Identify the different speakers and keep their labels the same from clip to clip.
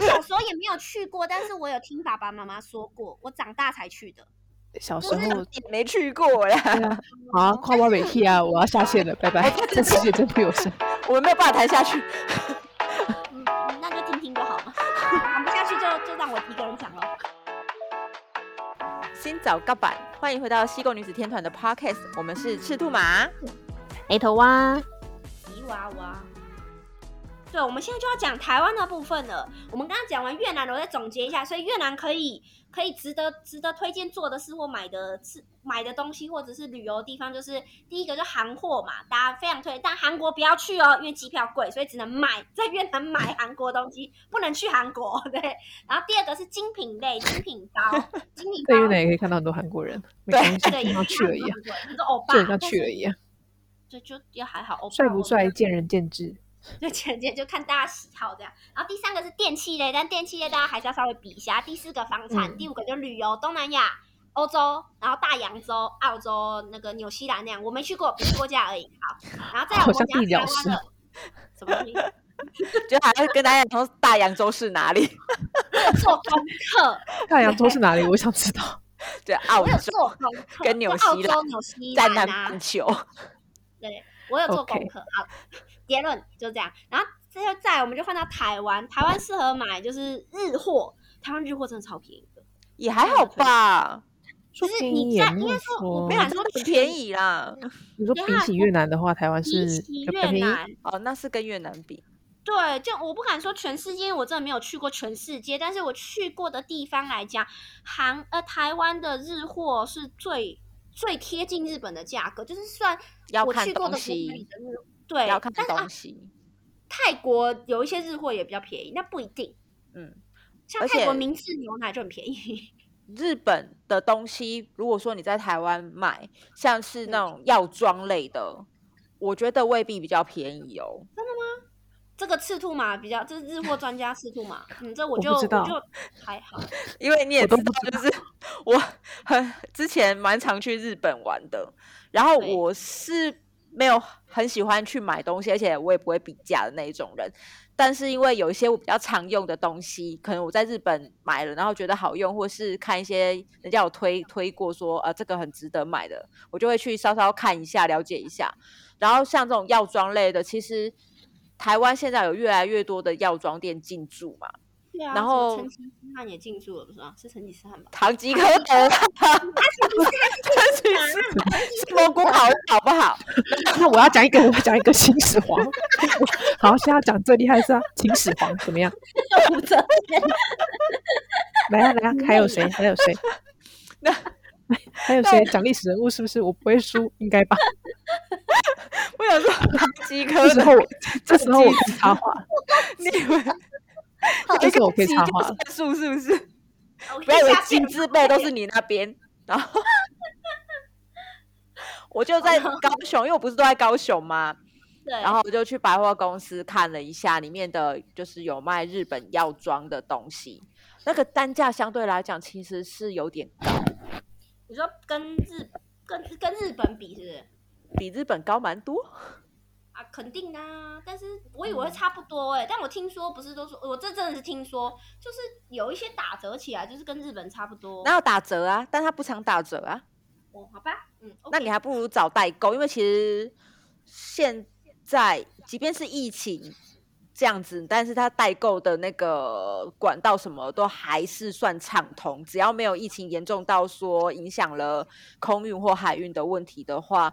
Speaker 1: 也没有去过，但是我有听爸爸妈妈说过，我长大才去的。
Speaker 2: 小时
Speaker 1: 不是
Speaker 2: 候
Speaker 3: 啊也没去过啦，
Speaker 2: 啊，跨挖尾 key 啊，我要下线了，拜拜，这世界真不 友善。
Speaker 3: 我们没有办法谈下去。
Speaker 1: 嗯，那就听听就好了， 谈不下去就就让我一个人讲了。
Speaker 3: 新早嘎板，欢迎回到西贡女子天团的 podcast，我们是赤兔 马。
Speaker 4: 雷头蛙，
Speaker 1: 吉娃娃。对，我们现在就要讲台湾的部分了。我们刚刚讲完越南了，我再总结一下，所以越南可以可以值得值得推荐做的事或买的是买的东西或者是旅游的地方，就是第一个就韩货嘛，大家非常推荐。但韩国不要去哦，因为机票贵，所以只能买在越南买韩国东西，不能去韩国。对，然后第二个是精品类，精品包，精品包
Speaker 2: 在越南也可以看到很多韩国人，每个人
Speaker 1: 对，
Speaker 2: 就像去了一样，，
Speaker 1: 很多欧巴，
Speaker 2: 就很像
Speaker 1: 但
Speaker 2: 去
Speaker 1: 是
Speaker 2: 了一样，
Speaker 1: 就就也还好，欧巴
Speaker 2: 帅不
Speaker 1: 我觉
Speaker 2: 帅
Speaker 1: 得
Speaker 2: 见仁见智。
Speaker 1: 就简介就看大家喜好这样。然后第三个是电器类，但电器类大家还是要稍微比一下。第四个房产，
Speaker 2: 嗯
Speaker 1: 第五个就旅游，东南亚、欧洲，然后大洋洲、澳洲、那个纽西兰那样，我没去过，比国家而已。好，然后再来
Speaker 2: 好
Speaker 1: 我
Speaker 2: 像
Speaker 1: 们讲
Speaker 2: 地理
Speaker 1: 台
Speaker 2: 老
Speaker 1: 湾
Speaker 2: 师
Speaker 1: 的什么东西，
Speaker 3: 就还要跟大家讲说大洋洲是哪里？
Speaker 1: 我有做功课，
Speaker 2: 大洋洲是哪里？我想知道。
Speaker 3: 对，啊澳
Speaker 1: 我有
Speaker 3: 洲
Speaker 1: 做功课，
Speaker 3: 跟纽
Speaker 1: 就
Speaker 3: 西
Speaker 1: 澳
Speaker 3: 兰
Speaker 1: 洲、纽西
Speaker 3: 在
Speaker 1: 兰
Speaker 3: 南
Speaker 1: 啊
Speaker 3: 半，球。
Speaker 1: 对，我有做功
Speaker 2: OK
Speaker 1: 课。好，结论就这样。然后这就再我们就换到台湾，台湾适合买就是日货，台湾日货真的超便宜的。
Speaker 3: 也还好吧，
Speaker 2: 说
Speaker 1: 就是
Speaker 2: 便
Speaker 1: 你
Speaker 2: 宜也
Speaker 1: 在
Speaker 2: 没
Speaker 1: 应
Speaker 2: 有
Speaker 1: 该说我
Speaker 2: 说
Speaker 1: 没有，说
Speaker 3: 很便宜啦。
Speaker 2: 你说
Speaker 1: 对
Speaker 2: 比
Speaker 1: 啊
Speaker 2: 起越南的话，台湾
Speaker 1: 比
Speaker 2: 是
Speaker 1: 起
Speaker 2: 就
Speaker 1: 越
Speaker 2: 更便宜。
Speaker 1: 南，
Speaker 3: 哦，那是跟越南比，
Speaker 1: 对，就我不敢说全世界，因为我真的没有去过全世界，但是我去过的地方来讲，韩呃台湾的日货是最最贴近日本的价格，就是算
Speaker 3: 要
Speaker 1: 我
Speaker 3: 看
Speaker 1: 去过的国
Speaker 3: 东
Speaker 1: 家里
Speaker 3: 西，
Speaker 1: 的日对，
Speaker 3: 要看
Speaker 1: 但是啊
Speaker 3: 东，西。
Speaker 1: 泰国有一些日货也比较便宜，那不一定，
Speaker 3: 嗯，
Speaker 1: 像
Speaker 3: 而
Speaker 1: 泰国
Speaker 3: 且
Speaker 1: 明治牛奶就很便宜，
Speaker 3: 日本的东西，如果说你在台湾买，像是那种药妆类的，我觉得未必比较便宜哦。
Speaker 1: 这个赤兔马比较，这是日货专家赤兔马，嗯，这我
Speaker 2: 不
Speaker 1: 就我
Speaker 2: 知道
Speaker 1: 就还好，
Speaker 3: 因为你也
Speaker 2: 我
Speaker 3: 知
Speaker 2: 都
Speaker 3: 道
Speaker 2: 不，
Speaker 3: 就是我很之前蛮常去日本玩的，然后
Speaker 1: 对
Speaker 3: 我是没有很喜欢去买东西，而且我也不会比价的那一种人。但是因为有一些我比较常用的东西，可能我在日本买了，然后觉得好用，或是看一些人家有推推过说，呃，这个很值得买的，我就会去稍稍看一下，了解一下。然后像这种药妆类的，其实台湾现在有越来越多的药妆店进驻嘛，
Speaker 1: 对啊，什
Speaker 3: 然
Speaker 1: 么
Speaker 3: 后
Speaker 1: 成吉思汗也进驻了，不是吗？是成吉思汗吧？
Speaker 3: 堂吉诃德。是蘑菇好好不好？
Speaker 2: 那我要讲一个，我要讲一个秦始皇。好，现在要讲最厉害是啊，秦始皇怎么样？
Speaker 1: 负责
Speaker 2: 来啊来啊，还有谁？还有谁？
Speaker 3: 那
Speaker 2: 还有谁讲历史人物？是不是我不会输？应该吧。
Speaker 3: 我想说堂吉
Speaker 2: 这
Speaker 3: 诃
Speaker 2: 时
Speaker 3: 德
Speaker 2: 候，我，这时候我可以插话，
Speaker 3: 你以为
Speaker 2: 这时候我可以
Speaker 3: 吉
Speaker 2: 插
Speaker 3: 就
Speaker 2: 话
Speaker 3: 算
Speaker 2: 了。
Speaker 3: 数是不是？
Speaker 1: 哦我
Speaker 3: 不要以为
Speaker 1: 下线
Speaker 3: 金
Speaker 1: 了
Speaker 3: 字辈都是你那边，然后我就在高雄，因为我不是都在高雄吗？
Speaker 1: 对，
Speaker 3: 然后我就去百货公司看了一下，里面的就是有卖日本药妆的东西，那个单价相对来讲其实是有点
Speaker 1: 你说跟日跟跟日本比是不是？
Speaker 3: 比日本高蛮多。
Speaker 1: 啊，肯定啊，但是我以
Speaker 3: 嗯
Speaker 1: 为会差不多哎、但我听说不是都说，我这真的是听说，就是有一些打折起来，就是跟日本差不多。
Speaker 3: 哪有打折啊？但它不常打折啊。
Speaker 1: 哦，好吧，嗯，OK，
Speaker 3: 那你还不如找代购，因为其实现在即便是疫情这样子，但是它代购的那个管道什么都还是算畅通，只要没有疫情严重到说影响了空运或海运的问题的话。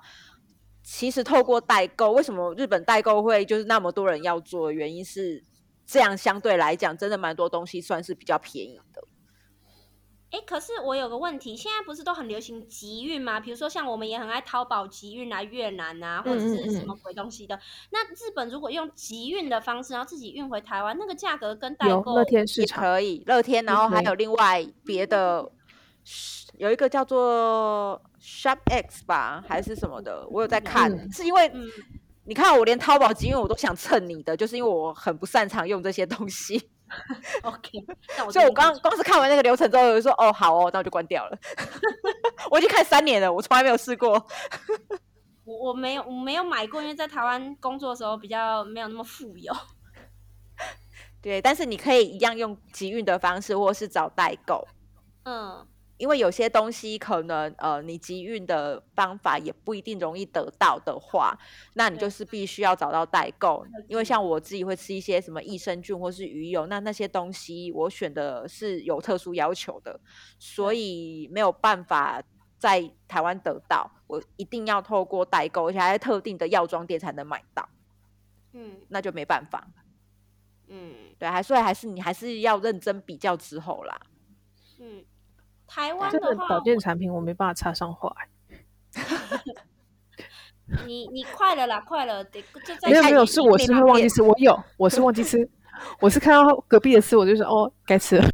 Speaker 3: 其实透过代购，为什么日本代购会就是那么多人要做？原因是这样相对来讲，真的蛮多东西算是比较便宜的。
Speaker 1: 哎、可是我有个问题，现在不是都很流行集运吗？比如说像我们也很爱淘宝集运啊、越南啊，或者
Speaker 3: 嗯
Speaker 1: 是什么鬼东西的。那日本如果用集运的方式，然后自己运回台湾，那个价格跟代
Speaker 2: 有
Speaker 1: 购
Speaker 2: 乐天市
Speaker 3: 也
Speaker 2: 场，
Speaker 3: 可以，乐天，然后
Speaker 2: 啊
Speaker 3: 还
Speaker 2: 可以
Speaker 3: 有另外别的，有一个叫做 Shop X 吧，还是什么的，我有在看，
Speaker 2: 嗯
Speaker 3: 是因为、
Speaker 1: 嗯
Speaker 3: 你看我连淘宝集运我都想蹭你的，就是因为我很不擅长用这些东西，
Speaker 1: OK，那我
Speaker 3: 所
Speaker 1: 真
Speaker 3: 以
Speaker 1: 的
Speaker 3: 我
Speaker 1: 不
Speaker 3: 刚
Speaker 1: 知
Speaker 3: 光是看完那个流程之后，我就说哦好哦，那我就关掉了。 我已经看三年了，我从来没有试过。
Speaker 1: 我我没有我没有买过，因为在台湾工作的时候比较没有那么富有。
Speaker 3: 对，但是你可以一样用集运的方式，或是找代购，
Speaker 1: 嗯，
Speaker 3: 因为有些东西可能呃你集运的方法也不一定容易得到的话，那你
Speaker 1: 对
Speaker 3: 就是必须要找到代购。因为
Speaker 1: 嗯
Speaker 3: 像我自己会吃一些什么益生菌或是鱼油，那那些东西我选的是有特殊要求的，所以没有办法在台湾得到，我一定要透过代购，而且还在特定的药妆店才能买到，
Speaker 1: 嗯
Speaker 3: 那就没办法。
Speaker 1: 嗯
Speaker 3: 对，还所以还是你还是要认真比较之后啦。
Speaker 1: 嗯，台湾
Speaker 2: 这个
Speaker 1: 的话
Speaker 2: 保，健产品我没办法插上话、欸，
Speaker 1: 你你快了啦，快了，得就在
Speaker 2: 没有
Speaker 1: 家
Speaker 2: 没
Speaker 1: 里
Speaker 2: 有，
Speaker 1: 面
Speaker 2: 是我是会
Speaker 3: 旁
Speaker 2: 忘记
Speaker 3: 边
Speaker 2: 吃，我有，我是忘 记吃，我是看到隔壁的吃，我就说哦，该吃了。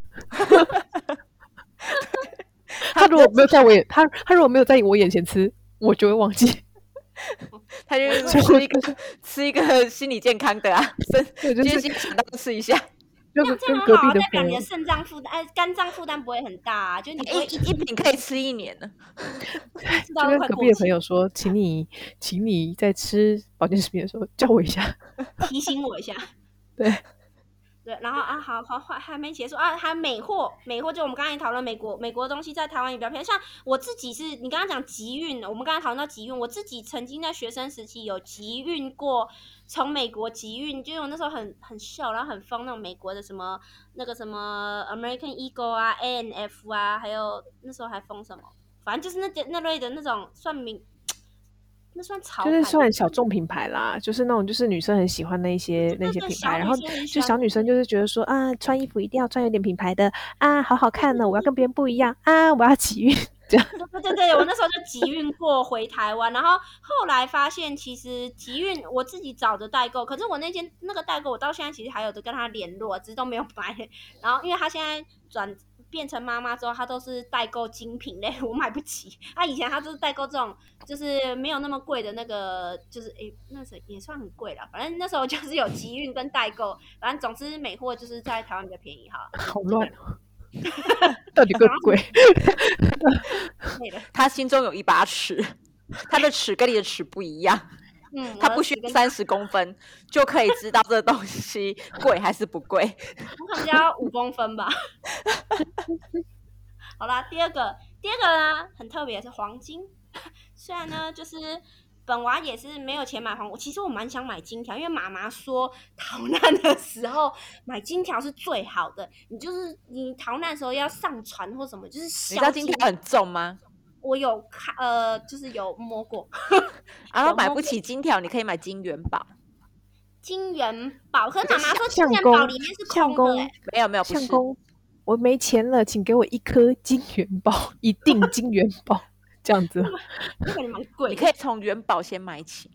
Speaker 2: 他如果没有在我眼，他他如果没有在我眼前吃，我就会忘记。
Speaker 3: 他就是
Speaker 2: 所以
Speaker 3: 吃一
Speaker 2: 我
Speaker 3: 个 吃一个心理健康的啊，身
Speaker 2: 对，就
Speaker 3: 今天
Speaker 2: 是
Speaker 3: 心想到吃一下，
Speaker 1: 这
Speaker 2: 就是
Speaker 1: 样这
Speaker 2: 跟
Speaker 1: 样
Speaker 2: 隔
Speaker 1: 很好啊，
Speaker 2: 壁的
Speaker 1: 代表
Speaker 2: 朋
Speaker 1: 你
Speaker 2: 友哎
Speaker 1: 的，肾脏负担、呃肝脏负担不会很大啊，就你不
Speaker 3: 一
Speaker 1: 会一
Speaker 3: 一瓶可以吃一年呢。
Speaker 1: 直吃到
Speaker 2: 就
Speaker 1: 都
Speaker 2: 跟
Speaker 1: 快
Speaker 2: 哎隔
Speaker 1: 过
Speaker 2: 壁的朋
Speaker 1: 期，
Speaker 2: 友说，请你请你在吃保健食品的时候叫我一下。
Speaker 1: 提醒我一下。
Speaker 2: 对，
Speaker 1: 对，然后啊，好好还还没结束啊，还美货，美货就我们刚才讨论美国美国的东西在台湾也比较便宜。像我自己是你刚刚讲集运，我们刚才讨论到集运，我自己曾经在学生时期有集运过，从美国集运，就是我那时候很很秀，然后很疯那种美国的什么那个什么 American Eagle 啊，A N F 啊，还有那时候还封什么，反正就是那那类的那种算名，那算潮
Speaker 2: 就
Speaker 1: 牌
Speaker 2: 是
Speaker 1: 吗
Speaker 2: 算小众品牌啦，就是那种就是女生很喜欢的一些那
Speaker 1: 对
Speaker 2: 些
Speaker 1: 对
Speaker 2: 品
Speaker 1: 小
Speaker 2: 牌，
Speaker 1: 女
Speaker 2: 然后
Speaker 1: 生很喜
Speaker 2: 就
Speaker 1: 欢
Speaker 2: 小女生就是觉得说啊，穿衣服一定要穿有点品牌的啊，好好看呢，
Speaker 3: 嗯
Speaker 2: 我要跟别人不一样啊，我要集 运，
Speaker 1: 对对对，我那时候就集运过回台湾，然后后来发现其实集运我自己找的代购，可是我那间那个代购我到现在其实还有的跟他联络，只是都没有买。然后因为他现在转变成妈妈之后，他都是代购精品类，我买不起。他以前他就是代购这种就是没有那么贵的那个，就是诶那时候也算很贵了，反正那时候就是有集运跟代购，反正总之美货就是在台湾比较便宜哈，
Speaker 2: 好乱哦， 到底贵 不贵？
Speaker 1: 对的，
Speaker 3: 他心中有一把尺，他的尺跟你的尺不一样，
Speaker 1: 嗯，
Speaker 3: 他
Speaker 1: 我
Speaker 3: 不需
Speaker 1: 只
Speaker 3: 要
Speaker 1: 跟
Speaker 3: 三十公分就可以知道这东西贵还是不贵。
Speaker 1: 我可能就要五公分吧。 好啦，第二个，第二个呢，很特别，是黄金。虽然呢，就是本娃也是没有钱买黄，我其实我蛮想买金条，因为妈妈说逃难的时候买金条是最好的。你就是你逃难的时候要上船或什么，就是
Speaker 3: 你知道
Speaker 1: 消
Speaker 3: 金
Speaker 1: 金。
Speaker 3: 条很重吗？
Speaker 1: 我有看，呃，就是有摸过
Speaker 3: 然后
Speaker 1: 有
Speaker 3: 啊买
Speaker 1: 摸
Speaker 3: 不起金条，你可以买金元宝。
Speaker 1: 金元宝，可是妈妈说金
Speaker 2: 相
Speaker 1: 元宝
Speaker 2: 公
Speaker 1: 里面是
Speaker 2: 相
Speaker 1: 空的、
Speaker 2: 公
Speaker 1: 欸，
Speaker 3: 没有没有，不
Speaker 2: 相
Speaker 3: 是。
Speaker 2: 公，我没钱了，请给我一颗金元宝，一定金元宝。这样子，
Speaker 1: 那个蛮贵
Speaker 3: 你
Speaker 1: 的。
Speaker 3: 可以从元宝先买起，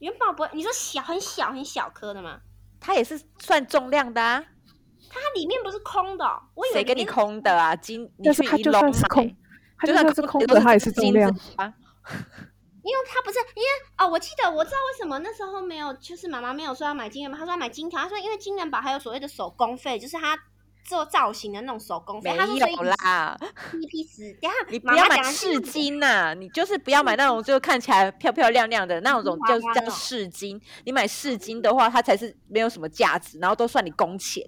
Speaker 1: 元宝不会，你说小很小很小颗的吗？
Speaker 3: 它也是算重量的啊。
Speaker 1: 它里面不是空的哦、我以为
Speaker 3: 谁跟
Speaker 1: 里
Speaker 3: 你
Speaker 1: 面
Speaker 3: 空的啊？金， 你
Speaker 2: 但是
Speaker 3: 去
Speaker 2: 它
Speaker 3: 一
Speaker 2: 就
Speaker 3: 楼
Speaker 2: 算是空
Speaker 3: 买，
Speaker 2: 它就
Speaker 3: 就
Speaker 2: 算
Speaker 3: 算
Speaker 2: 是空
Speaker 3: 都
Speaker 2: 的，它也
Speaker 3: 是
Speaker 2: 是
Speaker 3: 金
Speaker 2: 重
Speaker 3: 子
Speaker 2: 量。
Speaker 3: 啊。
Speaker 1: 因为他不是因为哦，我记得我知道为什么那时候没有，就是妈妈没有说要买金元宝，她说要买金条，她说因为金元宝还有所谓的手工费，就是她做造型的那种手工费，
Speaker 3: 没
Speaker 1: 她说所以
Speaker 3: 有啦，
Speaker 1: 你一批十，等一下
Speaker 3: 你不
Speaker 1: 妈
Speaker 3: 要
Speaker 1: 妈
Speaker 3: 买
Speaker 1: 讲的是
Speaker 3: 饰金呐、你就是不要买那种就看起来漂漂亮亮的那种，
Speaker 1: 娃
Speaker 3: 就
Speaker 1: 娃
Speaker 3: 叫
Speaker 1: 嗯那种
Speaker 3: 饰金。你买饰金的话，它才是没有什么价值，然后都算你工钱，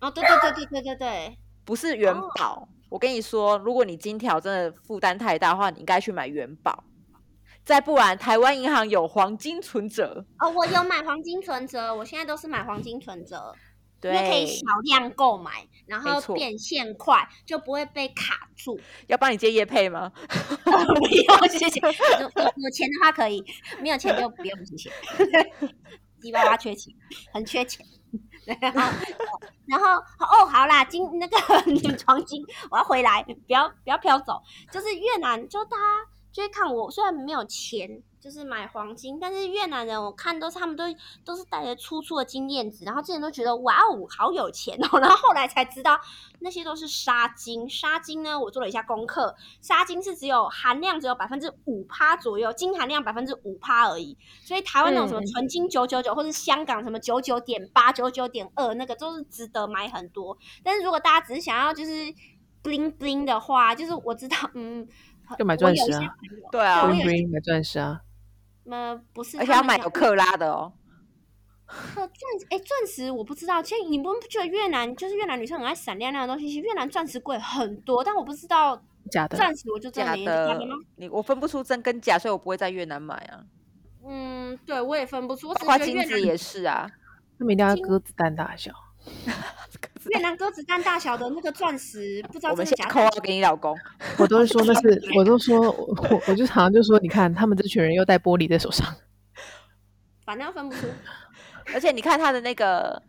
Speaker 1: 哦，对对对对对对对，
Speaker 3: 不是元
Speaker 1: 哦
Speaker 3: 宝。我跟你说，如果你金条真的负担太大的话，你应该去买元宝。再不然，台湾银行有黄金存折，
Speaker 1: 哦，我有买黄金存折，我现在都是买黄金存折，因
Speaker 3: 对，
Speaker 1: 为可以少量购买，然
Speaker 3: 没
Speaker 1: 后
Speaker 3: 错
Speaker 1: 变现快，就不会被卡住。
Speaker 3: 要帮你接业配吗？
Speaker 1: 不用，谢谢。有有有钱的话可以，没有钱就不用，谢谢。鸡巴巴缺钱，很缺钱。然后，然后哦，好啦，金那个 女床金，我要回来，不要不要飘走。就是越南，就大家就会看我，虽然没有钱，就是买黄金，但是越南人我看都是他们都都是带着粗粗的金链子，然后之前都觉得哇哦好有钱哦， 然后后来才知道那些都是纱巾。纱巾呢，我做了一下功课，纱巾是只有含量只有百分之五趴左右，金含量百分之五趴而已。所以台湾那种什么
Speaker 2: 嗯
Speaker 1: 纯金九九九，或是香港什么九九点八、九九点二，那个都是值得买很多。但是如果大家只是想要就是 bling bling 的话，就是我知道，嗯，
Speaker 2: 就买
Speaker 1: 我
Speaker 2: 钻
Speaker 1: 有一
Speaker 2: 石啊
Speaker 1: 些朋友
Speaker 3: 对啊
Speaker 1: 我有
Speaker 2: bling bling 的钻石啊，
Speaker 1: 呃，不是，
Speaker 3: 而且
Speaker 1: 他
Speaker 3: 要
Speaker 1: 们
Speaker 3: 买
Speaker 1: 想
Speaker 3: 有克拉的哦。
Speaker 1: 呃，钻哎，钻石我不知道，其实你们不觉得越南就是越南女生很爱闪亮亮的东西？其实越南钻石贵很多，但我不知道
Speaker 2: 假的，
Speaker 1: 钻石，我就真的
Speaker 3: 假
Speaker 1: 没假
Speaker 3: 的
Speaker 1: 的吗？，
Speaker 3: 你我分不出真跟假，所以我不会在越南买啊。
Speaker 1: 嗯，对我也分不出，我只
Speaker 3: 包
Speaker 1: 是觉
Speaker 3: 括
Speaker 1: 得越
Speaker 3: 金子
Speaker 1: 南
Speaker 3: 也是啊，
Speaker 2: 他们一定要鸽子蛋大 小。
Speaker 1: 越南鸽子蛋大小的那个钻石，不知道
Speaker 3: 我
Speaker 1: 真
Speaker 3: 们
Speaker 1: 的
Speaker 3: 先
Speaker 1: 假
Speaker 3: 扣
Speaker 1: 的
Speaker 3: 二。给你老公。
Speaker 2: 我都是说那是，我都说我我就常常就说，你看他们这群人又戴玻璃在手上，
Speaker 1: 反正分不出。
Speaker 3: 而且你看它的那个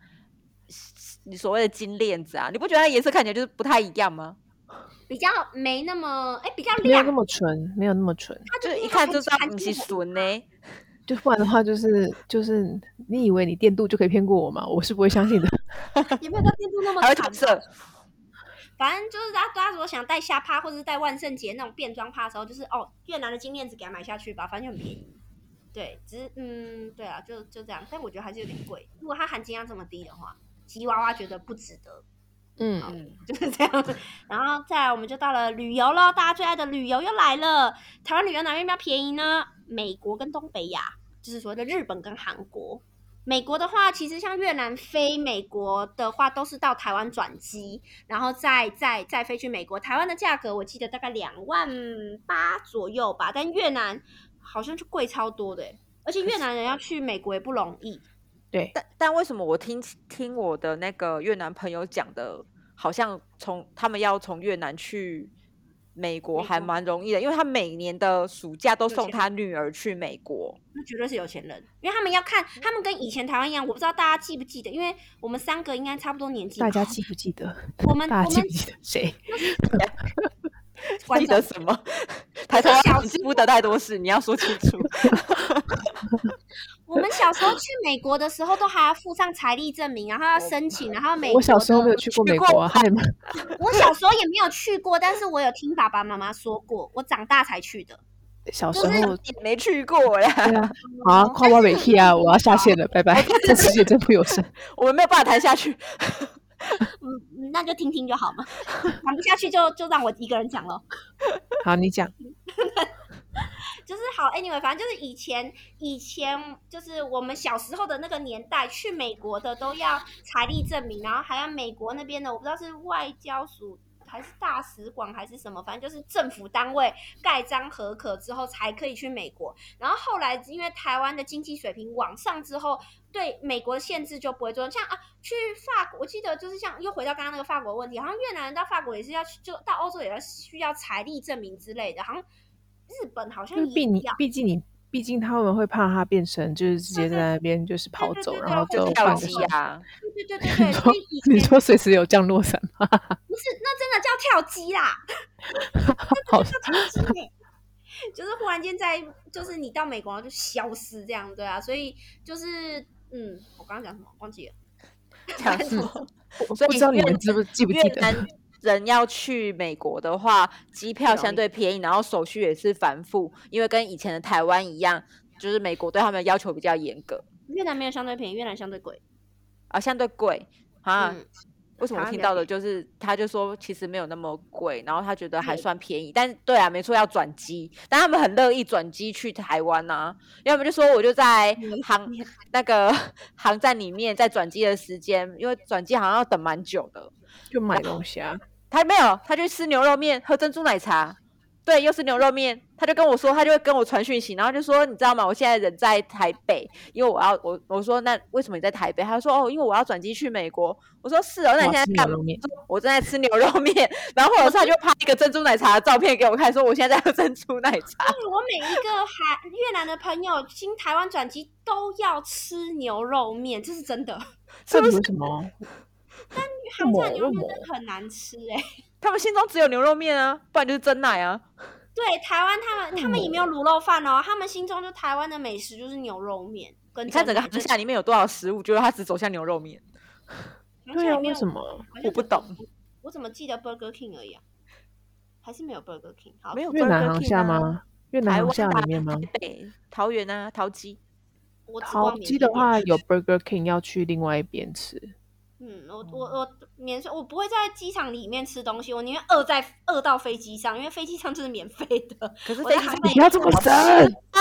Speaker 3: 你所谓的金链子啊，你不觉得它颜色看起来就是不太一样吗？
Speaker 1: 比较没那么哎、比较
Speaker 2: 没有
Speaker 1: 亮
Speaker 2: 那，么纯，没有那么纯。
Speaker 1: 它
Speaker 3: 就是
Speaker 1: 因
Speaker 3: 一
Speaker 1: 为
Speaker 3: 看
Speaker 1: 它
Speaker 3: 就知道
Speaker 1: 很
Speaker 3: 你是
Speaker 1: 纯
Speaker 3: 纯呢。
Speaker 2: 就不然的话，就是就是，你以为你电镀就可以骗过我吗？我是不会相信的。
Speaker 1: 也没有到电镀那么
Speaker 3: 还会
Speaker 1: 惨吧
Speaker 3: 投射。
Speaker 1: 反正就是大家大家如果想带下趴或者是带万圣节那种变装趴的时候，就是哦越南的金链子给它买下去吧，反正就很便宜。对，只是嗯，对啊，就就这样。但我觉得还是有点贵，如果它含金量这么低的话，吉娃娃觉得不值得，
Speaker 2: 嗯，
Speaker 3: 嗯，
Speaker 1: 就是这样。然后再来我们就到了旅游喽，大家最爱的旅游又来了。台湾旅游哪边比较便宜呢？美国跟东北亚，就是所谓的日本跟韩国。美国的话，其实像越南飞美国的话，都是到台湾转机，然后再再再飞去美国。台湾的价格我记得大概两万八左右吧，但越南好像就贵超多的欸，而且越南人要去美国也不容易。
Speaker 2: 对，
Speaker 3: 但但为什么我听听我的那个越南朋友讲的，好像从他们要从越南去美国
Speaker 1: 美
Speaker 3: 还
Speaker 1: 国
Speaker 3: 蛮容易的，因为他每年的暑假都
Speaker 1: 有
Speaker 3: 送
Speaker 1: 钱
Speaker 3: 他女儿去美国。
Speaker 1: 那绝对是有钱人，因为他们要看，他们跟以前台湾一样，我不知道大家记不记得，因为我们三个应该差不多年纪吧，
Speaker 2: 大家记不记得？
Speaker 1: 我们
Speaker 2: 大家
Speaker 1: 我
Speaker 2: 记
Speaker 1: 们
Speaker 2: 不记得谁？
Speaker 1: 观
Speaker 3: 记
Speaker 1: 众
Speaker 3: 得什么？ 抬头
Speaker 1: 小
Speaker 3: 望
Speaker 1: 时
Speaker 3: 记不得太多事，你要说清楚。
Speaker 1: 我们小时候去美国的时候，都还要附上财力证明，然后要申请，然后美
Speaker 2: 我
Speaker 1: 国
Speaker 2: 小时候
Speaker 1: 的
Speaker 2: 没有去过
Speaker 3: 去
Speaker 2: 美
Speaker 3: 过
Speaker 2: 国、啊，还有吗
Speaker 1: 我小时候也没有去过，但是我有听爸爸妈妈说过，我长大才去的。
Speaker 2: 小时
Speaker 1: 就
Speaker 2: 候
Speaker 3: 也没去过啦，
Speaker 2: 对啊，好
Speaker 1: 嗯
Speaker 2: 啊，跨挖北替啊，我要下线了，拜拜， 这世界真不友善。
Speaker 3: 我们没有办法谈下去。
Speaker 1: 嗯，那就听听就好嘛， 讲不下去就就让我一个人讲咯。
Speaker 2: 好，你讲，
Speaker 1: 就是好，anyway，反正就是以前以前就是我们小时候的那个年代，去美国的都要财力证明，然后还要美国那边的，我不知道是外交署还是大使馆还是什么，反正就是政府单位盖章合可之后才可以去美国。然后后来因为台湾的经济水平往上之后，对美国的限制就不会做。像啊，去法国，我记得就是像又回到刚刚那个法国问题，好像越南人到法国也是要去，就到欧洲也要需要财力证明之类的，好像日本好像
Speaker 2: 因为
Speaker 1: 也
Speaker 2: 毕你
Speaker 1: 要。
Speaker 2: 毕竟你毕竟他们会怕他变成就是直接在那边就是跑
Speaker 1: 对
Speaker 2: 走，
Speaker 1: 对
Speaker 2: 然后
Speaker 1: 对
Speaker 2: 就
Speaker 1: 会
Speaker 3: 跳
Speaker 2: 换个
Speaker 3: 机
Speaker 2: 手。
Speaker 3: 啊，
Speaker 1: 对对对对，所以以前
Speaker 2: 你说随时有降落伞吗？
Speaker 1: 不是，那真的叫跳机啦，
Speaker 2: 好，
Speaker 1: 真的就是忽然间在，就是你到美国然后就消失这样，对啊，所以就是嗯，我刚刚讲什么忘记了，
Speaker 3: 讲什么？
Speaker 2: 我
Speaker 3: 所以
Speaker 2: 不知道你
Speaker 3: 越
Speaker 2: 们记不记不
Speaker 3: 越
Speaker 2: 记得？
Speaker 3: 南人要去美国的话，机票相对便宜，然后手续也是繁复，因为跟以前的台湾一样，就是美国对他们的要求比较严格，
Speaker 1: 越南没有相对便宜，越南相对贵
Speaker 3: 啊，相对贵啊。
Speaker 1: 嗯
Speaker 3: 为什么
Speaker 1: 台
Speaker 3: 我
Speaker 1: 湾
Speaker 3: 听
Speaker 1: 比较
Speaker 3: 到的就是，他就说其实没有那么贵，然后他觉得还
Speaker 1: 对
Speaker 3: 算便宜，但对啊，没错要转机，但他们很乐意转机去台湾呐、要么就说我就在
Speaker 1: 嗯
Speaker 3: 航那个 航站里面在转机的时间，因为转机好像要等蛮久的，
Speaker 2: 就买东西啊，
Speaker 3: 他没有，他就吃牛肉面，喝珍珠奶茶，对，又是牛肉面。他就跟我说，他就会跟我传讯息，然后就说，你知道吗？我现在人在台北，因为我要我我说那为什么你在台北？他说哦，因为我要转机去美国。我说是哦，那你
Speaker 2: 哇
Speaker 3: 现在
Speaker 2: 吃牛
Speaker 3: 干嘛？
Speaker 2: 肉面
Speaker 3: 他说我正在吃牛肉面，然后或者是他就拍一个珍珠奶茶的照片给我看，说我现在在喝珍珠奶 茶。
Speaker 1: 对我每一个韩越南的朋友经台湾转机都要吃牛肉面，这是真的。
Speaker 2: 这有什么？
Speaker 1: 他们家的牛肉
Speaker 2: 为什
Speaker 1: 面
Speaker 2: 么
Speaker 1: 真的很难吃哎、
Speaker 3: 他们心中只有牛肉面啊，不然就是真奶啊。
Speaker 1: 对，台湾他们他们也没有卤肉饭哦，他们心中就台湾的美食就是牛肉面跟
Speaker 3: 你看整个航
Speaker 1: 蒸
Speaker 3: 厦里面有多少食物，觉得他只走向牛肉面，
Speaker 1: 奶
Speaker 2: 对啊，
Speaker 1: 好像里面
Speaker 2: 为
Speaker 1: 有
Speaker 2: 什么？
Speaker 1: 好像
Speaker 3: 我不懂。
Speaker 1: 我怎么记得 Burger King 而已啊？还是没有 Burger King？好，
Speaker 3: 没有
Speaker 2: 越南
Speaker 3: Burger
Speaker 2: 航
Speaker 3: King
Speaker 2: 厦
Speaker 3: 啊？
Speaker 2: 吗？越南
Speaker 3: 台
Speaker 2: 航
Speaker 3: 湾
Speaker 2: 厦
Speaker 3: 啊
Speaker 2: 里面吗？
Speaker 3: 台北、桃园啊、桃机。
Speaker 1: 我只
Speaker 2: 桃
Speaker 1: 逛
Speaker 2: 机
Speaker 1: 缅
Speaker 2: 的
Speaker 1: 甸
Speaker 2: 话，有 Burger King 要去另外一边吃。
Speaker 1: 嗯，我我我免税，我不会在机场里面吃东西，我宁愿饿在饿到飞机上，因为飞机上就是免费的。
Speaker 3: 可是
Speaker 1: 我
Speaker 3: 飞
Speaker 1: 在
Speaker 3: 机
Speaker 1: 航
Speaker 3: 上
Speaker 1: 班
Speaker 2: 不要这么
Speaker 3: 好吃
Speaker 2: 神，
Speaker 3: 啊，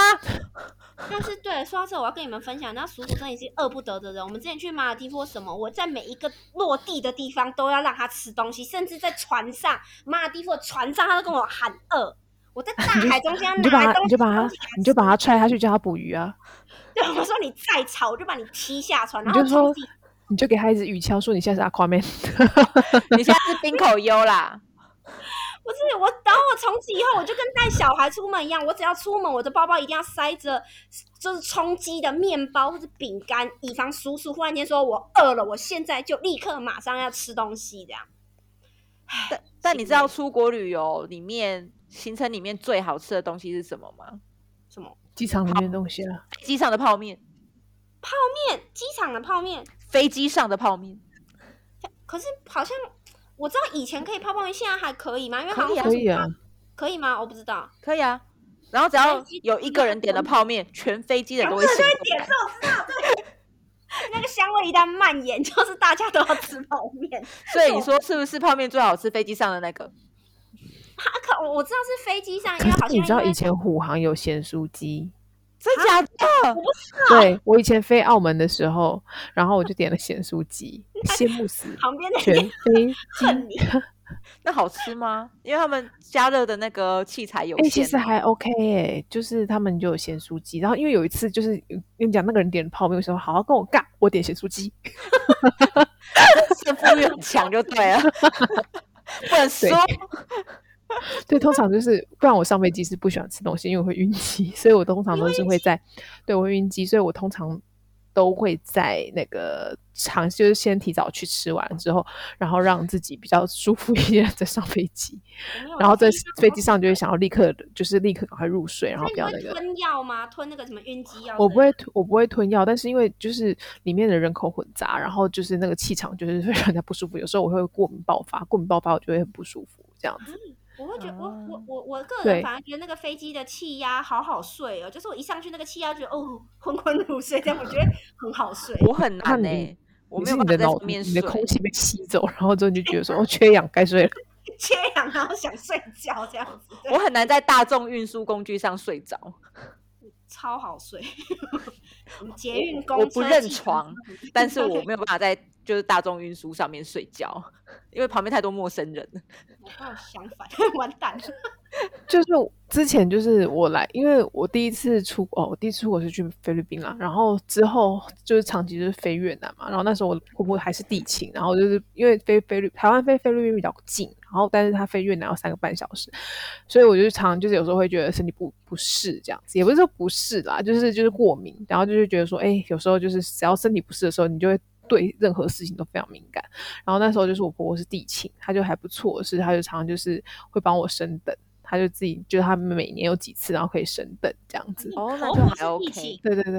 Speaker 1: 但是对，说到这，我要跟你们分享，那鼠鼠真的是饿不得的人。我们之前去马尔地夫或什么，我在每一个落地的地方都要让它吃东西，甚至在船上，马尔地夫的船上，它都跟我喊饿。我在大海中间
Speaker 2: 你就把
Speaker 1: 拿
Speaker 2: 它，
Speaker 1: 东
Speaker 2: 你
Speaker 1: 西
Speaker 2: 就把它
Speaker 1: 东西给，
Speaker 2: 你就把它踹下去，叫它捕鱼啊！
Speaker 1: 对我说你再吵，我就把你踢下船，
Speaker 2: 你
Speaker 1: 然
Speaker 2: 就
Speaker 1: 后
Speaker 2: 说
Speaker 1: 从此，
Speaker 2: 你就给它一只语腔，说你现在是 Aquaman。
Speaker 3: 你现在是冰口优啦，
Speaker 1: 不是我，然后我从此以后我就跟带小孩出门一样，我只要出门，我的包包一定要塞着就是充饥的面包或者饼干，以防叔叔忽然间说我饿了，我现在就立刻马上要吃东西这样。
Speaker 3: 但但你知道出国旅游里面行程里面最好吃的东西是什么吗？
Speaker 1: 什么
Speaker 2: 机场里面的东西啊，
Speaker 3: 飞机上的泡面，
Speaker 1: 面？机场的泡面？
Speaker 3: 飞机上的泡面，
Speaker 1: 可是好像我知道以前可以泡泡面，现在还可以吗？因为好
Speaker 3: 可以
Speaker 1: 像
Speaker 3: 啊
Speaker 2: 可以啊，
Speaker 1: 可以吗？我不知道。
Speaker 3: 可以啊。然后只要
Speaker 1: 飞机啊
Speaker 3: 有一个人点了泡面，全飞机的人都会
Speaker 1: 对
Speaker 3: 醒
Speaker 1: 对
Speaker 3: 过
Speaker 1: 点
Speaker 3: 来
Speaker 1: 这我知道，对。那个香味一旦蔓延，就是大家都要吃泡面。啊
Speaker 3: 所以你说是不是泡面最好吃？飞机上的那个，
Speaker 1: 他可我知道是飞机上，因
Speaker 2: 可
Speaker 1: 为好像
Speaker 2: 是你知道
Speaker 1: 因为
Speaker 2: 以前虎航有咸酥鸡，
Speaker 3: 真假的？
Speaker 2: 对我以前飞澳门的时候，然后我就点了咸酥鸡，羡慕死
Speaker 1: 旁边的
Speaker 2: 全
Speaker 1: 人
Speaker 2: 飞
Speaker 1: 恨
Speaker 2: 机。
Speaker 1: 你，
Speaker 3: 那好吃吗？因为他们加热的那个器材有
Speaker 2: 哎、其
Speaker 3: 限
Speaker 2: 实
Speaker 3: 啊，
Speaker 2: 还 OK 哎、就是他们就有咸酥鸡，然后因为有一次就是跟你讲那个人点泡面，我说好啊好跟我尬，我点咸酥鸡，
Speaker 3: 胜负欲很强就 对了，不能说
Speaker 2: 对。对，通常就是，不然我上飞机是不喜欢吃东西，因为我会晕机，所以我通常都是会在，对我会晕机，所以我通常都会在那个尝，就是先提早去吃完之后，然后让自己比较舒服一点再上飞机，
Speaker 1: 我没有
Speaker 2: 然后在
Speaker 1: 飞机哦
Speaker 2: 飞机上就会想要立刻，就是立刻赶快入睡，然后
Speaker 1: 那
Speaker 2: 不
Speaker 1: 你
Speaker 2: 要
Speaker 1: 会
Speaker 2: 那个。
Speaker 1: 吞药吗？吞那个什么晕机药？
Speaker 2: 我不。会吞，我不会吞药，但是因为就是里面的人口混杂，然后就是那个气场就是会让人家不舒服，有时候我会过敏爆发，过敏爆发我就会很不舒服这样子。
Speaker 1: 我会觉得我我
Speaker 3: 啊
Speaker 1: 我我个人
Speaker 2: 对
Speaker 1: 反而觉得那个飞机的气压好好睡哦，就是我一上去那个气压就哦昏昏入睡，这样我觉得很好睡。
Speaker 3: 我很
Speaker 2: 那
Speaker 3: 难
Speaker 2: 你
Speaker 3: 呢、我
Speaker 2: 你
Speaker 3: 没
Speaker 2: 是你
Speaker 3: 有办法
Speaker 2: 的
Speaker 3: 在
Speaker 2: 脑
Speaker 3: 上，面
Speaker 2: 你
Speaker 3: 睡
Speaker 2: 的。空气被吸走，然后之后你就觉得说，哦，缺氧，该睡了。
Speaker 1: 缺氧，然后想睡觉这样子， 对
Speaker 3: 我很难在大众运输工具上睡 着，
Speaker 1: 超好睡。捷运公
Speaker 3: 我
Speaker 1: 车
Speaker 3: 不认
Speaker 1: 计程
Speaker 3: 床
Speaker 1: 车，
Speaker 3: 但是我没有办法在就是大众运输上面睡觉，因为旁边太多陌生人了。
Speaker 1: 我刚好相反， 完蛋了。
Speaker 2: 就是之前就是我来，因为我第一次出国，哦，我第一次出国是去菲律宾啦，然后之后就是长期就是飞越南嘛，然后那时候我婆婆还是地勤，然后就是因为飞菲律台湾飞菲律宾比较近，然后但是她飞越南要三个半小时，所以我就常就是有时候会觉得身体不不适这样子，也不是说不适啦，就是就是过敏，然后就是觉得说，哎，有时候就是只要身体不适的时候，你就会对任何事情都非常敏感。然后那时候就是我婆婆是地勤，她就还不错，是她就常常就是会帮我升等，她就自己就是她每年有几次，然后可以升等这样子。
Speaker 3: 哦那
Speaker 1: 头
Speaker 3: 就
Speaker 1: 发
Speaker 3: 还
Speaker 1: 是
Speaker 3: OK
Speaker 1: 一起
Speaker 2: 对对对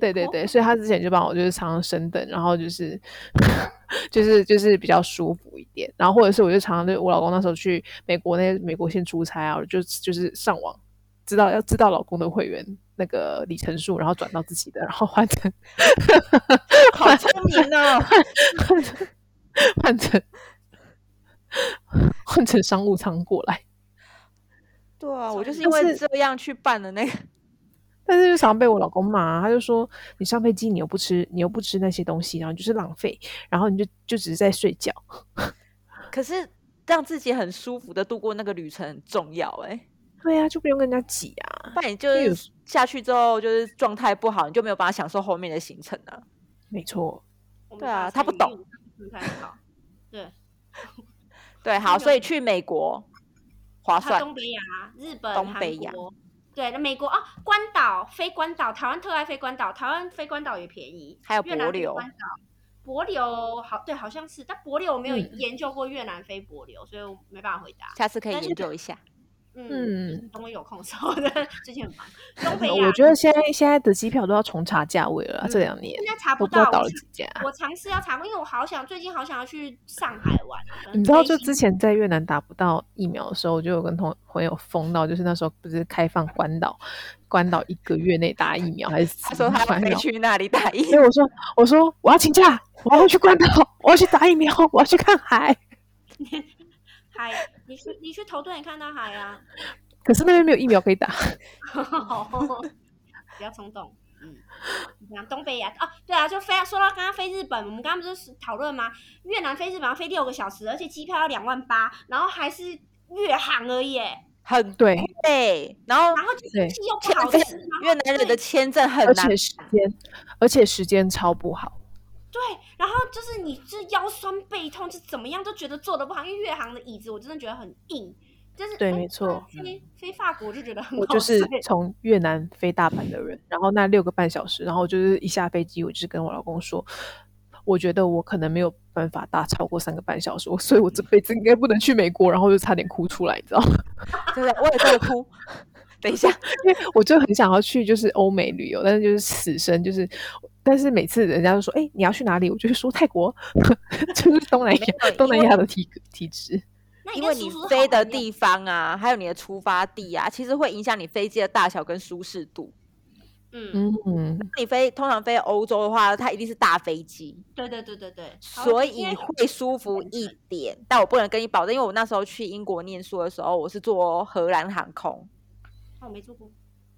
Speaker 2: 对对对，
Speaker 1: 头
Speaker 2: 所以她之前就帮我就是常常升等，然后就是 就是就是比较舒服一点。然后或者是我就常常就我老公那时候去美国那美国先出差啊，我就就是上网知道要知道老公的会员那个里程数，然后转到自己的，然后换成
Speaker 3: 好聪明哦！
Speaker 2: 换成换成商务舱过来。
Speaker 3: 对啊，我就是
Speaker 2: 但
Speaker 3: 因为
Speaker 2: 是
Speaker 3: 这样去办的那个。
Speaker 2: 但是就常被我老公骂，啊他就说你上飞机你又不吃，你又不吃那些东西，然后你就是浪费，然后你就就只是在睡觉。
Speaker 3: 可是让自己很舒服的度过那个旅程很重要哎、
Speaker 2: 对呀、就不用跟人家挤啊，
Speaker 3: 不然你就
Speaker 2: 因为有
Speaker 3: 是下去之后就是状态不好，你就没有办法享受后面的行程啊。
Speaker 2: 没错。
Speaker 1: 我们
Speaker 3: 对啊
Speaker 1: 把
Speaker 3: 他不
Speaker 1: 参与
Speaker 3: 懂啊
Speaker 1: 运动不太好。对，
Speaker 3: 对，好，
Speaker 1: 真的
Speaker 3: 所以去美国划
Speaker 1: 他
Speaker 3: 算，
Speaker 1: 东北亚、日本、
Speaker 3: 东北亚
Speaker 1: 韩国，对，那美国哦，关岛飞关岛，台湾特爱飞关岛，台湾飞关岛也便宜，
Speaker 3: 还有
Speaker 1: 越南
Speaker 3: 帛
Speaker 1: 飞
Speaker 3: 琉
Speaker 1: 关岛帛琉好，对，好像是，但帛琉我没有
Speaker 2: 嗯
Speaker 1: 研究过越南飞帛琉，所以我没办法回答。
Speaker 3: 下次可以
Speaker 1: 但是
Speaker 3: 研究一下。
Speaker 1: 嗯，
Speaker 2: 嗯，
Speaker 1: 等我有空的时候， 最近很忙。东北亚
Speaker 2: 我觉得现在现在的机票都要重查价位了啊，
Speaker 3: 嗯
Speaker 2: 这两年
Speaker 1: 现在查不
Speaker 2: 都不知道
Speaker 1: 到，
Speaker 2: 倒
Speaker 1: 我
Speaker 2: 了
Speaker 1: 想
Speaker 2: 几家。
Speaker 1: 我尝试要查过，因为我好想最近好想要去上海玩。啊可能
Speaker 3: 嗯
Speaker 2: 你知道，
Speaker 1: 飞
Speaker 2: 就
Speaker 1: 行
Speaker 2: 之前在越南打不到疫苗的时候，我就有跟同朋友疯到，就是那时候不是开放关岛，关岛一个月内打疫苗还是
Speaker 3: 他说他
Speaker 2: 关
Speaker 3: 要飞
Speaker 2: 岛？
Speaker 3: 去那里打疫
Speaker 2: 所以我说，我说我要请假，我要去关岛，我要去打疫苗，我要去看海。
Speaker 1: 海，你去你去头顿也看到海啊。
Speaker 2: 可是那边没有疫苗可以打，
Speaker 1: 哦不要冲动。嗯，讲东北亚哦，对啊，就飞说到刚刚飞日本，我们刚刚不是讨论吗？越南飞日本要飞六个小时，而且机票要两万八，然后还是越航而已耶，
Speaker 3: 很
Speaker 2: 对，
Speaker 3: 贵。然后
Speaker 1: 然后就是
Speaker 2: 对
Speaker 1: 气又不好吃，然后
Speaker 3: 越南人的签证很
Speaker 2: 而
Speaker 3: 难
Speaker 2: 且，时间，而且时间超不好。
Speaker 1: 对，然后就是你这腰酸背痛，就怎么样都觉得坐的不好，因为越航的椅子我真的觉得很硬，但是
Speaker 2: 对
Speaker 1: 哎
Speaker 2: 没错
Speaker 1: 飞飞法国就觉得很好
Speaker 2: 我
Speaker 3: 哦
Speaker 2: 就是
Speaker 1: 睡
Speaker 2: 从越南飞大阪的人，然后那六个半小时，然后就是一下飞机，我就是跟我老公说，我觉得我可能没有办法搭超过三个半小时，我所以我这辈子应该不能去美国，然后就差点哭出来，你知道吗？
Speaker 3: 真的我也在哭。 等一下，
Speaker 2: 因为我就很想要去就是欧美旅游，但是就是此生就是，但是每次人家就说，哎、你要去哪里？我就会说泰国， 就是东南亚
Speaker 3: 没有
Speaker 2: 东南
Speaker 3: 因为
Speaker 2: 亚的体格体质。
Speaker 1: 那
Speaker 3: 因
Speaker 1: 跟
Speaker 3: 为
Speaker 1: 叔
Speaker 3: 你
Speaker 1: 叔是好
Speaker 3: 飞的
Speaker 1: 朋友
Speaker 3: 地方啊，还有你的出发地啊，其实会影响你飞机的大小跟舒适度。
Speaker 1: 嗯，
Speaker 2: 嗯，
Speaker 3: 你飞通常飞欧洲的话，它一定是大飞机，
Speaker 1: 对对对对哦对，好
Speaker 3: 所
Speaker 1: 因为
Speaker 3: 以会舒服一点。但我不能跟你保证，因为我那时候去英国念书的时候，我是坐荷兰航空，
Speaker 1: 哦我没做过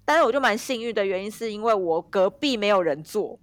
Speaker 3: 但是我就蛮幸运的原因是因为我隔壁没有人坐，